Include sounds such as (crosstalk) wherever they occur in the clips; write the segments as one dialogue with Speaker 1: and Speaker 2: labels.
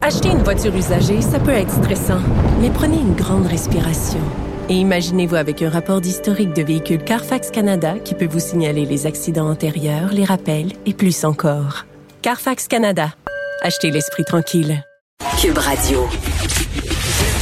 Speaker 1: Acheter une voiture usagée, ça peut être stressant, mais prenez une grande respiration. Et imaginez-vous avec un rapport d'historique de véhicule Carfax Canada qui peut vous signaler les accidents antérieurs, les rappels et plus encore. Carfax Canada. Achetez l'esprit tranquille.
Speaker 2: Cube Radio.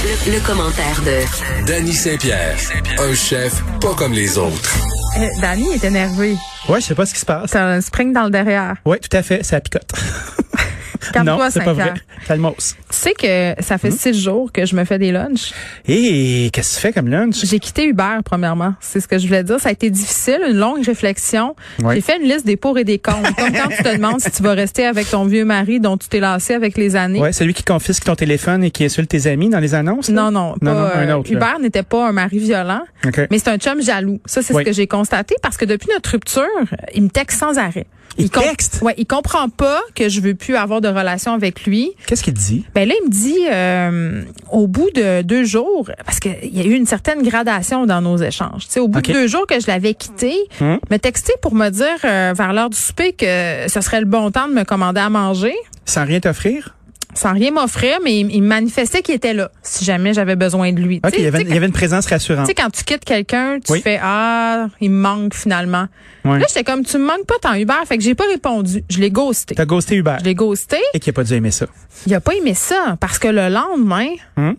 Speaker 2: Le, le commentaire de
Speaker 3: Danny Saint-Pierre, un chef pas comme les autres.
Speaker 4: Euh, Danny est énervé.
Speaker 5: Ouais, je sais pas ce qui se passe.
Speaker 4: T'as un spring dans le derrière.
Speaker 5: Ouais, tout à fait, ça picote. non,
Speaker 4: (laughs) Calme-toi,
Speaker 5: c'est pas vrai.
Speaker 4: Saint-Pierre.
Speaker 5: Calmos.
Speaker 4: Tu sais que ça
Speaker 5: Hmm?
Speaker 4: fait six jours que je me fais des lunchs.
Speaker 5: Et Eh, qu'est-ce que tu fais comme lunch?
Speaker 4: J'ai quitté Uber, premièrement. C'est ce que je voulais dire. Ça a été difficile, une longue réflexion.
Speaker 5: Ouais.
Speaker 4: J'ai fait une liste des pour et des contre. Comme quand tu te demandes si tu vas rester avec ton vieux mari dont tu t'es lassé avec les années.
Speaker 5: Ouais, celui qui confisque ton téléphone et qui insulte tes amis dans les annonces? là?
Speaker 4: Non, non,
Speaker 5: Non,
Speaker 4: pas,
Speaker 5: non, un
Speaker 4: euh,
Speaker 5: autre, là.
Speaker 4: Hubert n'était pas un mari violent,
Speaker 5: OK.
Speaker 4: mais c'est un chum jaloux. Ça, c'est
Speaker 5: Oui.
Speaker 4: ce que j'ai constaté parce que depuis notre rupture, euh, il me texte sans arrêt.
Speaker 5: Il
Speaker 4: com-
Speaker 5: texte?
Speaker 4: Ouais, il comprend pas que je veux plus avoir de relation avec lui.
Speaker 5: Qu'est-ce qu'il dit?
Speaker 4: Ben là, il me dit euh, au bout de deux jours, parce qu'il y a eu une certaine gradation dans nos échanges. Tu sais, au bout
Speaker 5: OK. Hmm?
Speaker 4: de deux jours que je l'avais quitté, me texter pour me dire euh, vers l'heure du souper que ce serait le bon temps de me commander à manger,
Speaker 5: Sans rien t'offrir?
Speaker 4: sans rien m'offrir, mais il, il me manifestait qu'il était là, si jamais j'avais besoin de lui. Tu
Speaker 5: OK,
Speaker 4: sais,
Speaker 5: il y, avait,
Speaker 4: tu
Speaker 5: il
Speaker 4: sais,
Speaker 5: y avait une présence
Speaker 4: tu
Speaker 5: rassurante.
Speaker 4: sais, quand tu quittes quelqu'un, tu
Speaker 5: Oui.
Speaker 4: fais Ah, il me manque finalement.
Speaker 5: Ouais.
Speaker 4: Là, j'étais comme tu me manques pas tant Hubert, fait que j'ai pas répondu. Je l'ai ghosté.
Speaker 5: T'as ghosté Uber.
Speaker 4: Je l'ai ghosté.
Speaker 5: Et qui a pas dû aimer ça.
Speaker 4: Il a pas aimé ça parce que le lendemain,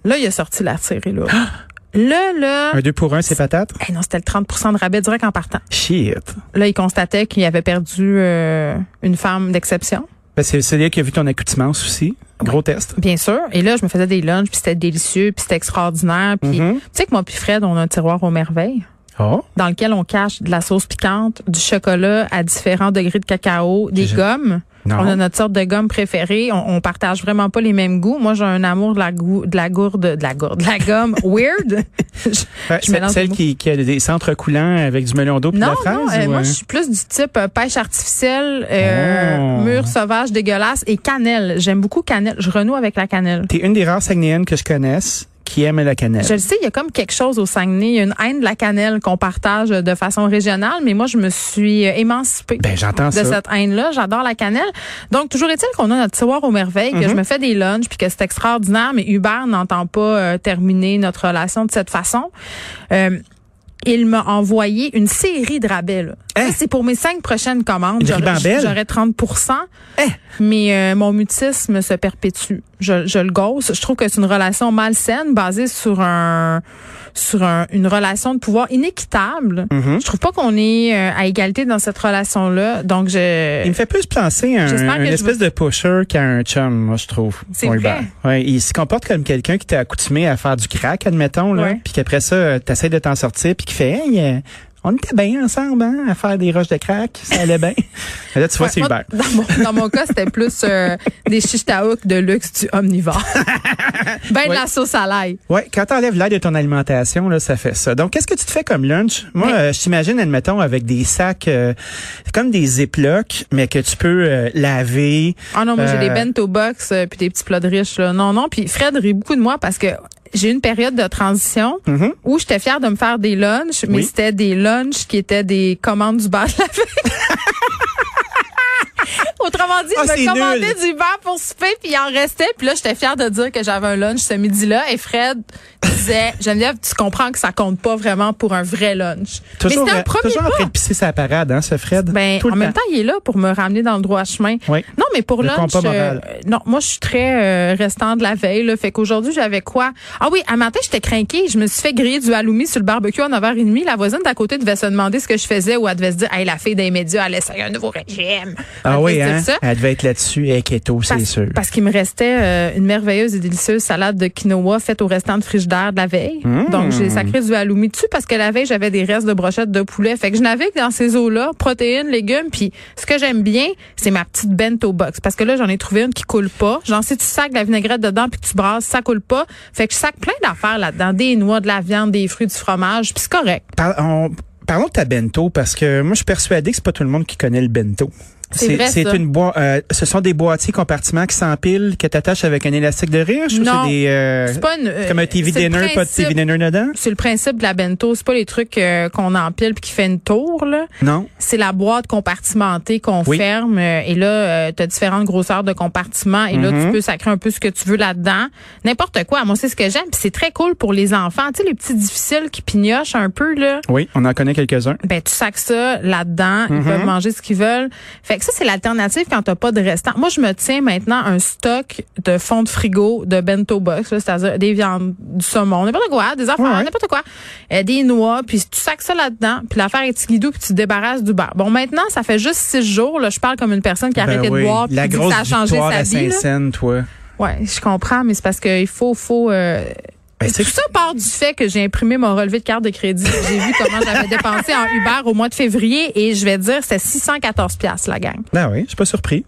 Speaker 4: là, il a sorti la tirée là. là, là.
Speaker 5: Un deux pour un, c'est patate?
Speaker 4: Eh non, c'était le 30 de rabais direct en partant.
Speaker 5: Shit.
Speaker 4: Là, il constatait qu'il avait perdu euh, une femme d'exception,
Speaker 5: Ben, c'est celui qui a vu ton accoutumance aussi. Gros test.
Speaker 4: bien sûr. Et là, je me faisais des lunchs, puis c'était délicieux, puis c'était extraordinaire. Puis tu sais que moi puis Fred, on a un tiroir aux merveilles.
Speaker 5: Oh.
Speaker 4: dans lequel on cache de la sauce piquante, du chocolat à différents degrés de cacao, des
Speaker 5: Je-
Speaker 4: gommes.
Speaker 5: Non.
Speaker 4: On a notre sorte de gomme préférée. On, on partage vraiment pas les mêmes goûts. Moi, j'ai un amour de la, gou- de la gourde, de la gourde, de la
Speaker 5: (laughs)
Speaker 4: gomme weird. je,
Speaker 5: Ouais,
Speaker 4: je mélange les
Speaker 5: celle
Speaker 4: mots.
Speaker 5: qui, qui a des centres coulants avec du melon d'eau puis de
Speaker 4: Non,
Speaker 5: la fraise?
Speaker 4: non, euh,
Speaker 5: ou,
Speaker 4: moi
Speaker 5: euh,
Speaker 4: je suis plus du type euh, pêche artificielle, euh,
Speaker 5: Oh.
Speaker 4: mur sauvage dégueulasse et cannelle. J'aime beaucoup cannelle. Je renoue avec la cannelle.
Speaker 5: T'es une des rares Saguenéennes que je connaisse qui aime la cannelle.
Speaker 4: Je le sais, il y a comme quelque chose au Saguenay, il y a une haine de la cannelle qu'on partage de façon régionale, mais moi je me suis euh, émancipée.
Speaker 5: Ben, j'entends
Speaker 4: de
Speaker 5: ça.
Speaker 4: cette haine-là. J'adore la cannelle. Donc, toujours est-il qu'on a notre tiroir aux merveilles,
Speaker 5: Mhm.
Speaker 4: que je me fais des lunchs, puis que c'est extraordinaire, mais Hubert n'entend pas euh, terminer notre relation de cette façon. Euh, il m'a envoyé une série de rabais. là. Ça, C'est pour mes cinq prochaines commandes.
Speaker 5: Hein? Une
Speaker 4: J'aurais
Speaker 5: ribambelle? Hein?
Speaker 4: j'aurais 30 mais euh, mon mutisme se perpétue. Je, je le gosse. Je trouve que c'est une relation malsaine basée sur un sur un- une relation de pouvoir inéquitable.
Speaker 5: Mm-hmm.
Speaker 4: Je trouve pas qu'on est euh, à égalité dans cette relation-là. Donc je
Speaker 5: Il me fait plus penser à un,
Speaker 4: J'espère que
Speaker 5: une
Speaker 4: je
Speaker 5: espèce de pusher qu'à un chum, moi, je trouve.
Speaker 4: C'est
Speaker 5: Oui,
Speaker 4: vrai.
Speaker 5: ben, ouais, il se comporte comme quelqu'un qui t'est accoutumé à faire du crack, admettons, là,
Speaker 4: Ouais.
Speaker 5: puis qu'après ça, euh, t'essaies de t'en sortir, puis qui fait, hey, euh, on était bien ensemble, hein, à faire des roches de crack, ça
Speaker 4: (laughs)
Speaker 5: allait bien. Mais là, tu vois, c'est
Speaker 4: Moi,
Speaker 5: Hubert.
Speaker 4: dans, mon, dans mon cas, c'était plus euh, des shish taouk de luxe du
Speaker 5: (laughs)
Speaker 4: omnivore. ben de
Speaker 5: Ouais.
Speaker 4: la sauce à l'ail.
Speaker 5: Ouais, quand t'enlèves l'aide de ton alimentation, là, ça fait ça. Donc, qu'est-ce que tu te fais comme lunch? Moi,
Speaker 4: Ben-
Speaker 5: euh, je t'imagine, admettons, avec des sacs, euh, comme des ziplocs, mais que tu peux euh, laver.
Speaker 4: Ah non, moi j'ai
Speaker 5: Euh,
Speaker 4: des bento box euh, puis des petits plats de riches là. Non non, puis Fred rit beaucoup de moi parce que j'ai eu une période de transition où j'étais fière de me faire des lunchs, mais
Speaker 5: Mhm. Oui.
Speaker 4: c'était des lunchs qui étaient des commandes du bar de la veille. (laughs) Autrement dit,
Speaker 5: Ah,
Speaker 4: je
Speaker 5: c'est
Speaker 4: me commandais
Speaker 5: nul.
Speaker 4: du bar pour souper, puis il en restait. Puis là, j'étais fière de dire que j'avais un lunch ce midi-là. Et Fred disait, (laughs) Geneviève, tu comprends que ça compte pas vraiment pour un vrai lunch.
Speaker 5: Toujours,
Speaker 4: mais c'était
Speaker 5: euh,
Speaker 4: un premier
Speaker 5: toujours en
Speaker 4: pas.
Speaker 5: train de pisser sa parade, hein, ce Fred?
Speaker 4: Ben,
Speaker 5: Tout
Speaker 4: en
Speaker 5: le
Speaker 4: même temps, il est là pour me ramener dans le droit chemin.
Speaker 5: Oui.
Speaker 4: Non, mais pour
Speaker 5: Le
Speaker 4: lunch,
Speaker 5: compas
Speaker 4: euh,
Speaker 5: moral.
Speaker 4: euh, non, moi, je suis très euh, restant de la veille. Là, fait qu'aujourd'hui, j'avais quoi? Ah oui, à matin, j'étais craquée. Je me suis fait griller du halloumi sur le barbecue à 9h30. La voisine d'à côté devait se demander ce que je faisais ou elle devait se dire, hey, la fille des médias, elle essaye un nouveau régime.
Speaker 5: Ah
Speaker 4: Elle
Speaker 5: oui,
Speaker 4: devait se dire
Speaker 5: hein?
Speaker 4: ça.
Speaker 5: Elle devait être là-dessus, et keto, c'est
Speaker 4: Parce,
Speaker 5: sûr.
Speaker 4: parce qu'il me restait euh, une merveilleuse et délicieuse salade de quinoa faite au restant de frigidaire de la veille.
Speaker 5: Mmh.
Speaker 4: Donc, j'ai sacré du halloumi dessus parce que la veille, j'avais des restes de brochettes de poulet. Fait que je navigue dans ces eaux-là, protéines, légumes. Puis, ce que j'aime bien, c'est ma petite bento box. Parce que là, j'en ai trouvé une qui coule pas. Genre, si tu sacs de la vinaigrette dedans puis que tu brasses, ça coule pas. Fait que je sac plein d'affaires là-dedans. Des noix, de la viande, des fruits, du fromage. Puis, c'est correct.
Speaker 5: Par- on- parlons de ta bento, parce que moi, je suis persuadé que c'est pas tout le monde qui connaît le bento.
Speaker 4: C'est
Speaker 5: C'est
Speaker 4: vrai,
Speaker 5: c'est
Speaker 4: ça.
Speaker 5: une boîte. euh, ce sont des boîtiers compartiments qui s'empilent, que t'attaches avec un élastique de riche ou
Speaker 4: Non.
Speaker 5: c'est des. euh,
Speaker 4: C'est pas une-
Speaker 5: c'est comme un TV
Speaker 4: c'est le
Speaker 5: dinner, pas de TV
Speaker 4: principe.
Speaker 5: dinner dedans?
Speaker 4: C'est le principe de la bento, c'est pas les trucs euh, qu'on empile puis qui fait une tour là.
Speaker 5: Non.
Speaker 4: C'est la boîte compartimentée qu'on
Speaker 5: Oui.
Speaker 4: ferme euh, et là tu as différentes grosseurs de compartiments et là tu peux sacrer un peu ce que tu veux là-dedans. N'importe quoi, moi c'est ce que j'aime puis c'est très cool pour les enfants, tu sais les petits difficiles qui pignochent un peu là.
Speaker 5: Oui, on en connaît quelques-uns.
Speaker 4: Ben tu sacs ça là-dedans,
Speaker 5: Mm-hmm.
Speaker 4: ils peuvent manger ce qu'ils veulent. Fait que ça c'est l'alternative quand t'as pas de restant. Moi je me tiens maintenant un stock de fonds de frigo, de bento box, là, c'est-à-dire des viandes, du saumon, n'importe quoi, des enfants,
Speaker 5: Ouais, ouais.
Speaker 4: n'importe quoi, Euh, des noix, puis tu sacs ça là-dedans, puis l'affaire est guidou, puis tu te débarrasses du bar. Bon maintenant ça fait juste six jours là, je parle comme une personne qui a
Speaker 5: Ben
Speaker 4: arrêté
Speaker 5: oui.
Speaker 4: de boire, puis
Speaker 5: La
Speaker 4: qui dit que
Speaker 5: grosse
Speaker 4: ça a changé
Speaker 5: victoire
Speaker 4: sa
Speaker 5: à
Speaker 4: vie. là.
Speaker 5: Saint-Saëns, toi.
Speaker 4: Ouais, je comprends, mais c'est parce qu'il faut, faut. euh,
Speaker 5: Ben, c'est
Speaker 4: tout ça part du fait que j'ai imprimé mon relevé de carte de crédit. J'ai vu comment
Speaker 5: (laughs)
Speaker 4: j'avais dépensé en Uber au mois de février et je vais te dire c'est 614 pièces la gang.
Speaker 5: Ben oui, je suis pas surpris.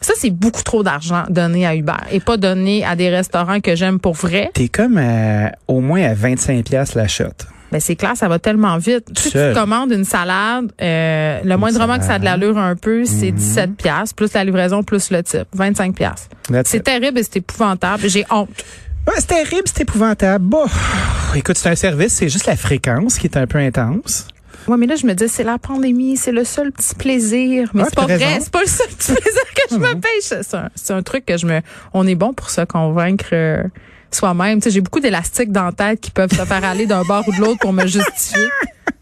Speaker 4: Ça c'est beaucoup trop d'argent donné à Uber et pas donné à des restaurants que j'aime pour vrai.
Speaker 5: T'es comme à- au moins à 25 pièces la shot.
Speaker 4: Ben c'est clair, ça va tellement vite. Si tu
Speaker 5: Seul.
Speaker 4: commandes une salade, euh, le moindrement que ça a de l'allure un peu,
Speaker 5: Mhm.
Speaker 4: c'est 17 pièces plus la livraison plus le type, 25 pièces.
Speaker 5: That's
Speaker 4: C'est
Speaker 5: it.
Speaker 4: terrible et c'est épouvantable, j'ai honte.
Speaker 5: Ouais, c'est terrible, c'est épouvantable. Bah, écoute, c'est un service, c'est juste la fréquence qui est un peu intense.
Speaker 4: Oui, mais là, je me dis, c'est la pandémie, c'est le seul petit plaisir. Mais
Speaker 5: Ouais,
Speaker 4: c'est pas
Speaker 5: Ah, t'as
Speaker 4: vrai,
Speaker 5: raison. Ah,
Speaker 4: c'est pas le seul
Speaker 5: (laughs)
Speaker 4: petit plaisir que je me pêche. C'est un, c'est un truc que je me. On est bon pour se convaincre euh, soi-même. Tu sais, j'ai beaucoup d'élastiques dans la tête qui peuvent se faire aller
Speaker 5: (laughs)
Speaker 4: d'un bord ou de l'autre pour me justifier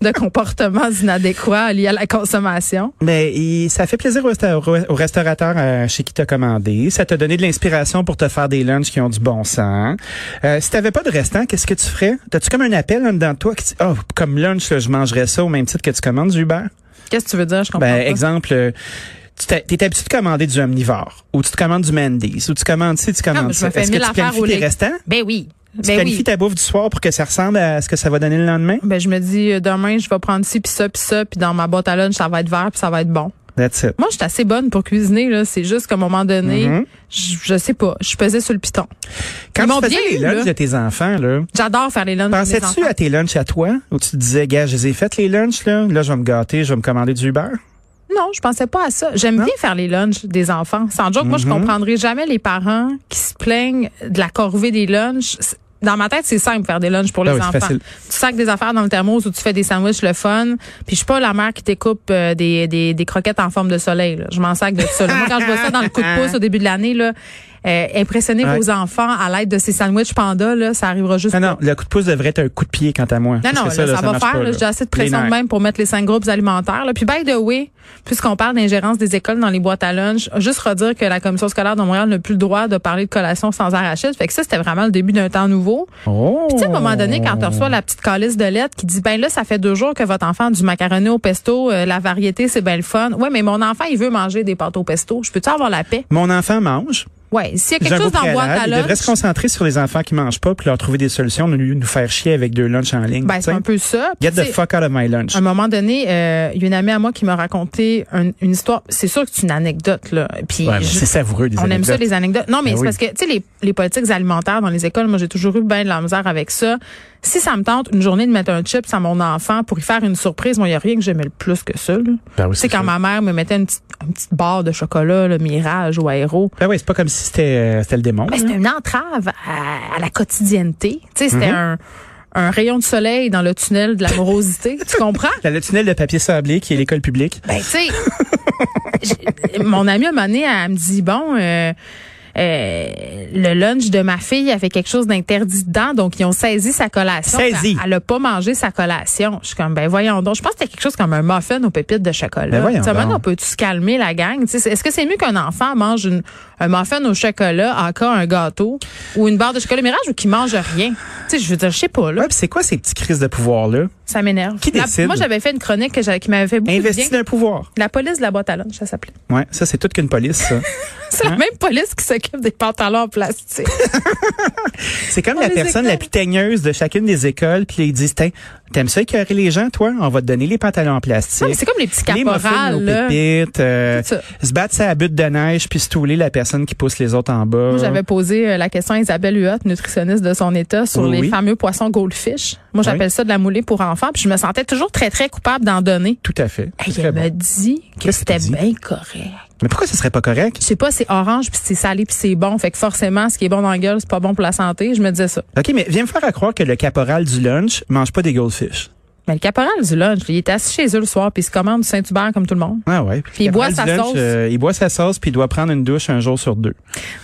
Speaker 4: de comportements inadéquats liés à la consommation.
Speaker 5: Mais il- ça fait plaisir au, resta- au restaurateur euh, chez qui t'as commandé. Ça t'a donné de l'inspiration pour te faire des lunchs qui ont du bon sens. Euh, si t'avais pas de restant, qu'est-ce que tu ferais? T'as-tu comme un appel en dedans de toi qui dit, oh, comme lunch, là, je mangerais ça au même titre que tu commandes du Uber?
Speaker 4: Qu'est-ce que tu veux dire? Je comprends
Speaker 5: Ben,
Speaker 4: pas.
Speaker 5: exemple, euh, tu t'es t'es habitué de commander du omnivore, ou tu te commandes du Mandy's, ou tu commandes ci, tu
Speaker 4: Ah, mais
Speaker 5: commandes
Speaker 4: je
Speaker 5: ça.
Speaker 4: me fais
Speaker 5: Est-ce que
Speaker 4: mille
Speaker 5: tu
Speaker 4: affaires au
Speaker 5: planifies tes
Speaker 4: lait.
Speaker 5: restants?
Speaker 4: Ben oui.
Speaker 5: tu
Speaker 4: Ben
Speaker 5: planifies
Speaker 4: oui.
Speaker 5: ta bouffe du soir pour que ça ressemble à ce que ça va donner le lendemain?
Speaker 4: Ben, je me dis, euh, demain, je vais prendre ci, puis ça, puis ça, puis dans ma boîte à lunch, ça va être vert, puis ça va être bon.
Speaker 5: That's it.
Speaker 4: Moi, je suis assez bonne pour cuisiner. là. C'est juste qu'à un moment donné,
Speaker 5: Mm-hmm.
Speaker 4: je, je sais pas, je pesais sur le piton.
Speaker 5: Quand
Speaker 4: Ils m'ont
Speaker 5: tu faisais
Speaker 4: bien
Speaker 5: les
Speaker 4: eu, là.
Speaker 5: lunchs de tes enfants, là,
Speaker 4: J'adore faire les lunchs. de mes
Speaker 5: Pensais-tu
Speaker 4: enfants.
Speaker 5: à tes lunchs à toi où tu te disais, gars, je les ai faites les lunchs, là, là, je vais me gâter, je vais me commander du Uber?
Speaker 4: Non, je pensais pas à ça. J'aime bien faire les lunchs des enfants. Sans joke,
Speaker 5: Mm-hmm.
Speaker 4: moi, je comprendrai jamais les parents qui se plaignent de la corvée des lunchs. C'est- Dans ma tête, c'est simple faire des lunchs pour
Speaker 5: Ah
Speaker 4: les
Speaker 5: oui, c'est
Speaker 4: enfants.
Speaker 5: facile.
Speaker 4: Tu sacs des affaires dans le thermos ou tu fais des sandwichs le fun. Puis je suis pas la mère qui t'écoupe euh, des, des, des croquettes en forme de soleil. là. Je m'en sac de ça. là. Moi, quand je vois ça dans le coup de pouce au début de l'année, là, euh, impressionner
Speaker 5: Ouais.
Speaker 4: vos enfants à l'aide de ces sandwichs panda, là, ça arrivera juste
Speaker 5: Non,
Speaker 4: pas.
Speaker 5: non, le coup de pouce devrait être un coup de pied, quant à moi.
Speaker 4: Non,
Speaker 5: Parce
Speaker 4: non,
Speaker 5: que
Speaker 4: là, ça,
Speaker 5: là,
Speaker 4: va
Speaker 5: marche
Speaker 4: faire.
Speaker 5: pas,
Speaker 4: là.
Speaker 5: là.
Speaker 4: J'ai assez de
Speaker 5: Les
Speaker 4: pression de
Speaker 5: nerfs.
Speaker 4: même pour mettre les cinq groupes alimentaires. Là. Puis, by the way, puisqu'on parle d'ingérence des écoles dans les boîtes à lunch, juste redire que la commission scolaire de Montréal n'a plus le droit de parler de collation sans arachide. Fait que ça, c'était vraiment le début d'un temps nouveau.
Speaker 5: Oh.
Speaker 4: Puis, tu sais, à un moment donné, quand tu reçois la petite calice de lettres qui dit, ben là, ça fait deux jours que votre enfant a du macaroni au pesto, euh, la variété, c'est bien le fun. Ouais, mais mon enfant, il veut manger des pâtes au pesto. Je peux-tu avoir la paix?
Speaker 5: Mon enfant mange.
Speaker 4: Ouais. S'il y a
Speaker 5: J'ai un
Speaker 4: quelque chose
Speaker 5: goût
Speaker 4: dans la boîte
Speaker 5: préalable.
Speaker 4: à
Speaker 5: Il devrait se
Speaker 4: lunch.
Speaker 5: concentrer sur les enfants qui mangent pas puis leur trouver des solutions, nous, nous faire chier avec deux lunchs en ligne.
Speaker 4: Ben,
Speaker 5: tu
Speaker 4: c'est
Speaker 5: sais.
Speaker 4: un peu ça. Puis,
Speaker 5: Get the
Speaker 4: tu sais,
Speaker 5: fuck out of my lunch.
Speaker 4: À un moment donné, euh, il y a une amie à moi qui m'a raconté un- une histoire. C'est sûr que c'est une anecdote, là. Puis
Speaker 5: Ouais, mais
Speaker 4: je-
Speaker 5: c'est savoureux, des
Speaker 4: on aime ça,
Speaker 5: anecdotes.
Speaker 4: les anecdotes. Non, mais
Speaker 5: Ben
Speaker 4: c'est
Speaker 5: oui.
Speaker 4: parce que, tu sais, les, les politiques alimentaires dans les écoles, moi, j'ai toujours eu bien de la misère avec ça. Si ça me tente une journée de mettre un chips à mon enfant pour y faire une surprise, moi, il n'y a rien que j'aimais le plus que ça, là.
Speaker 5: Ben oui,
Speaker 4: tu sais,
Speaker 5: c'est
Speaker 4: quand
Speaker 5: sûr.
Speaker 4: ma mère me mettait une petite, une petite barre de chocolat, le Mirage ou Aéro,
Speaker 5: Ben oui, c'est pas comme si c'était euh, c'était le démon.
Speaker 4: ben,
Speaker 5: là.
Speaker 4: c'était une entrave à, à la quotidienneté. Tu sais, c'était
Speaker 5: Mm-hmm.
Speaker 4: un, un rayon de soleil dans le tunnel de l'amorosité. tu comprends?
Speaker 5: Dans le tunnel de papier sablé qui est l'école publique.
Speaker 4: Ben, tu sais, j'ai- mon amie, à un moment donné, elle me dit, bon, euh, euh, le lunch de ma fille avait quelque chose d'interdit dedans, donc ils ont saisi sa collation.
Speaker 5: Saisi.
Speaker 4: Elle, elle a pas mangé sa collation. Je suis comme, ben voyons donc. Je pense que c'était quelque chose comme un muffin aux pépites de chocolat.
Speaker 5: Ben, voyons
Speaker 4: Tu sais, à un moment donné,
Speaker 5: donc.
Speaker 4: on peut-tu se calmer la gang? Tu sais, c'est- Est-ce que c'est mieux qu'un enfant mange une- un muffin au chocolat, encore un gâteau, ou une barre de chocolat mirage, ou qu'il mange rien? Tu sais, je veux dire, je sais pas, là.
Speaker 5: Ouais, puis c'est quoi ces petits crises de pouvoir-là?
Speaker 4: Ça m'énerve.
Speaker 5: Qui
Speaker 4: La-
Speaker 5: décide?
Speaker 4: Moi, j'avais fait une chronique que j'avais- qui m'avait fait beaucoup de
Speaker 5: Investis
Speaker 4: bien.
Speaker 5: d'un pouvoir.
Speaker 4: La police de la boîte à lunch, ça s'appelait.
Speaker 5: Ouais, ça, c'est toute qu'une police, ça.
Speaker 4: C'est la même police qui s'occupe des pantalons en plastique.
Speaker 5: Hein? C'est
Speaker 4: (laughs)
Speaker 5: comme
Speaker 4: Dans
Speaker 5: la
Speaker 4: les
Speaker 5: personne la
Speaker 4: écoles.
Speaker 5: plus teigneuse de chacune des écoles, puis ils disent, Tiens, T'aimes ça écœurer les gens, toi? On va te donner les pantalons en plastique.
Speaker 4: Non, mais c'est comme les petits
Speaker 5: les
Speaker 4: caporales,
Speaker 5: muffins de
Speaker 4: là.
Speaker 5: nos pépites, euh,
Speaker 4: Tout ça.
Speaker 5: se battre sa butte de neige, puis stouler la personne qui pousse les autres en bas.
Speaker 4: Moi, j'avais posé euh, la question à Isabelle Huot, nutritionniste de son état, sur
Speaker 5: Oui,
Speaker 4: les
Speaker 5: oui.
Speaker 4: fameux poissons goldfish. Moi, j'appelle ça de la moulée pour enfants, puis je me sentais toujours très, très coupable d'en donner.
Speaker 5: Tout à fait.
Speaker 4: Hey,
Speaker 5: C'est très
Speaker 4: elle m'a
Speaker 5: bon.
Speaker 4: dit que
Speaker 5: Qu'est-ce
Speaker 4: c'était
Speaker 5: qu'elle dit?
Speaker 4: bien correct.
Speaker 5: Mais pourquoi ce serait pas correct?
Speaker 4: Je sais pas, c'est orange, puis c'est salé, puis c'est bon. Fait que forcément, ce qui est bon dans la gueule, c'est pas bon pour la santé. Je me disais ça.
Speaker 5: OK, mais viens me faire à croire que le caporal du lunch mange pas des goldfish.
Speaker 4: Mais le caporal du lunch, il est assis chez eux le soir, puis il se commande du Saint-Hubert comme tout le monde.
Speaker 5: Ah ouais.
Speaker 4: Puis il
Speaker 5: Le
Speaker 4: boit
Speaker 5: caporal
Speaker 4: sa
Speaker 5: du
Speaker 4: sauce.
Speaker 5: euh, il boit sa sauce puis il doit prendre une douche un jour sur deux.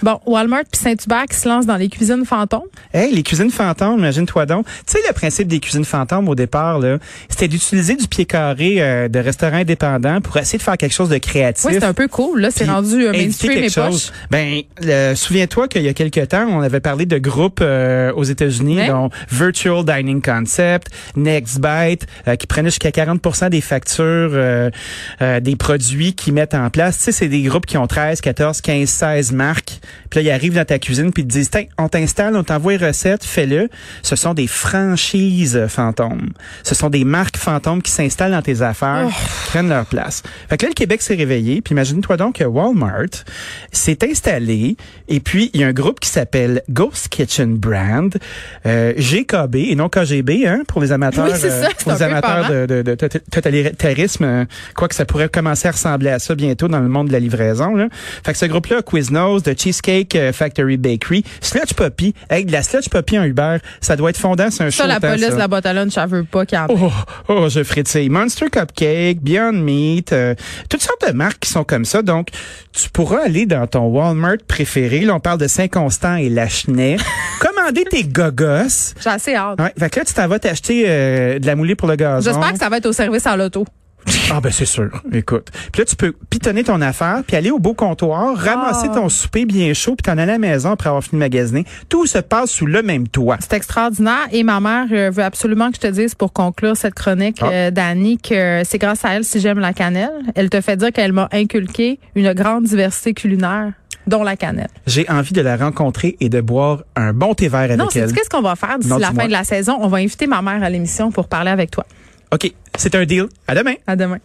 Speaker 4: Bon, Walmart puis Saint-Hubert qui se lancent dans les cuisines fantômes.
Speaker 5: Hey, les cuisines fantômes, imagine-toi donc. Tu sais, le principe des cuisines fantômes au départ, là, c'était d'utiliser du pied carré euh, de restaurants indépendants pour essayer de faire quelque chose de créatif.
Speaker 4: Oui, c'est un peu cool. Là, c'est
Speaker 5: Puis
Speaker 4: rendu euh,
Speaker 5: inviter
Speaker 4: mainstream et
Speaker 5: quelque
Speaker 4: poche.
Speaker 5: chose. Ben, le- souviens-toi qu'il y a quelques temps, on avait parlé de groupes euh, aux États-Unis,
Speaker 4: Ouais.
Speaker 5: dont Virtual Dining Concept, Next Bite, euh, qui prenaient jusqu'à 40 des factures euh, euh, des produits qu'ils mettent en place. Tu sais, c'est des groupes qui ont 13, 14, 15, 16 marques. Puis là, ils arrivent dans ta cuisine puis ils te disent, Tiens, on t'installe, on t'envoie les recettes, fais-le. Ce sont des franchises fantômes. euh, Ce sont des marques fantômes qui s'installent dans tes
Speaker 4: Oh.
Speaker 5: affaires, qui prennent leur place. Fait que là, le Québec s'est réveillé. Puis imagine-toi donc que Walmart s'est installé. Et puis, il y a un groupe qui s'appelle Ghost Kitchen Brand, euh, GKB, et non KGB, hein, pour les amateurs,
Speaker 4: Oui, c'est ça, c'est
Speaker 5: pour les
Speaker 4: un peu
Speaker 5: amateurs de, de, de tot- totalitarisme. euh, Quoique ça pourrait commencer à ressembler à ça bientôt dans le monde de la livraison. Là. Fait que ce groupe-là, Quiznos, de Cheesecake euh, Factory Bakery, Sludge Poppy, avec de la Sludge Poppy en Uber, ça doit être fondant, c'est un
Speaker 4: Ça,
Speaker 5: show
Speaker 4: la
Speaker 5: autant,
Speaker 4: police,
Speaker 5: ça.
Speaker 4: la boîte à lunch, elle veut pas qu'il y en ait.
Speaker 5: Oh, oh, je frétille. Monster Cupcake, Beyond Meat, euh, toutes sortes de marques qui sont comme ça. Donc, tu pourras aller dans ton Walmart préféré. Là, on parle de Saint-Constant
Speaker 4: (laughs)
Speaker 5: et Lachenay. commander tes gogos.
Speaker 4: J'ai assez hâte.
Speaker 5: Ouais, fait que là, tu t'en vas t'acheter euh, de la moulée pour le gazon.
Speaker 4: J'espère que ça va être au service en loto.
Speaker 5: Ah ben c'est sûr. Écoute, puis là tu peux pitonner ton affaire, puis aller au beau comptoir, ramasser
Speaker 4: Ah.
Speaker 5: ton souper bien chaud, puis t'en aller à la maison après avoir fini de magasiner. Tout se passe sous le même toit.
Speaker 4: C'est extraordinaire. Et ma mère euh, veut absolument que je te dise pour conclure cette chronique,
Speaker 5: Ah.
Speaker 4: euh, Dani, que c'est grâce à elle si j'aime la cannelle. Elle te fait dire qu'elle m'a inculqué une grande diversité culinaire, dont la cannelle.
Speaker 5: J'ai envie de la rencontrer et de boire un bon thé vert avec
Speaker 4: non,
Speaker 5: elle.
Speaker 4: c'est qu'est-ce qu'on va faire d'ici
Speaker 5: Non,
Speaker 4: la
Speaker 5: dis-moi.
Speaker 4: fin de la saison? On va inviter ma mère à l'émission pour parler avec toi.
Speaker 5: OK, c'est un deal. À demain.
Speaker 4: À demain.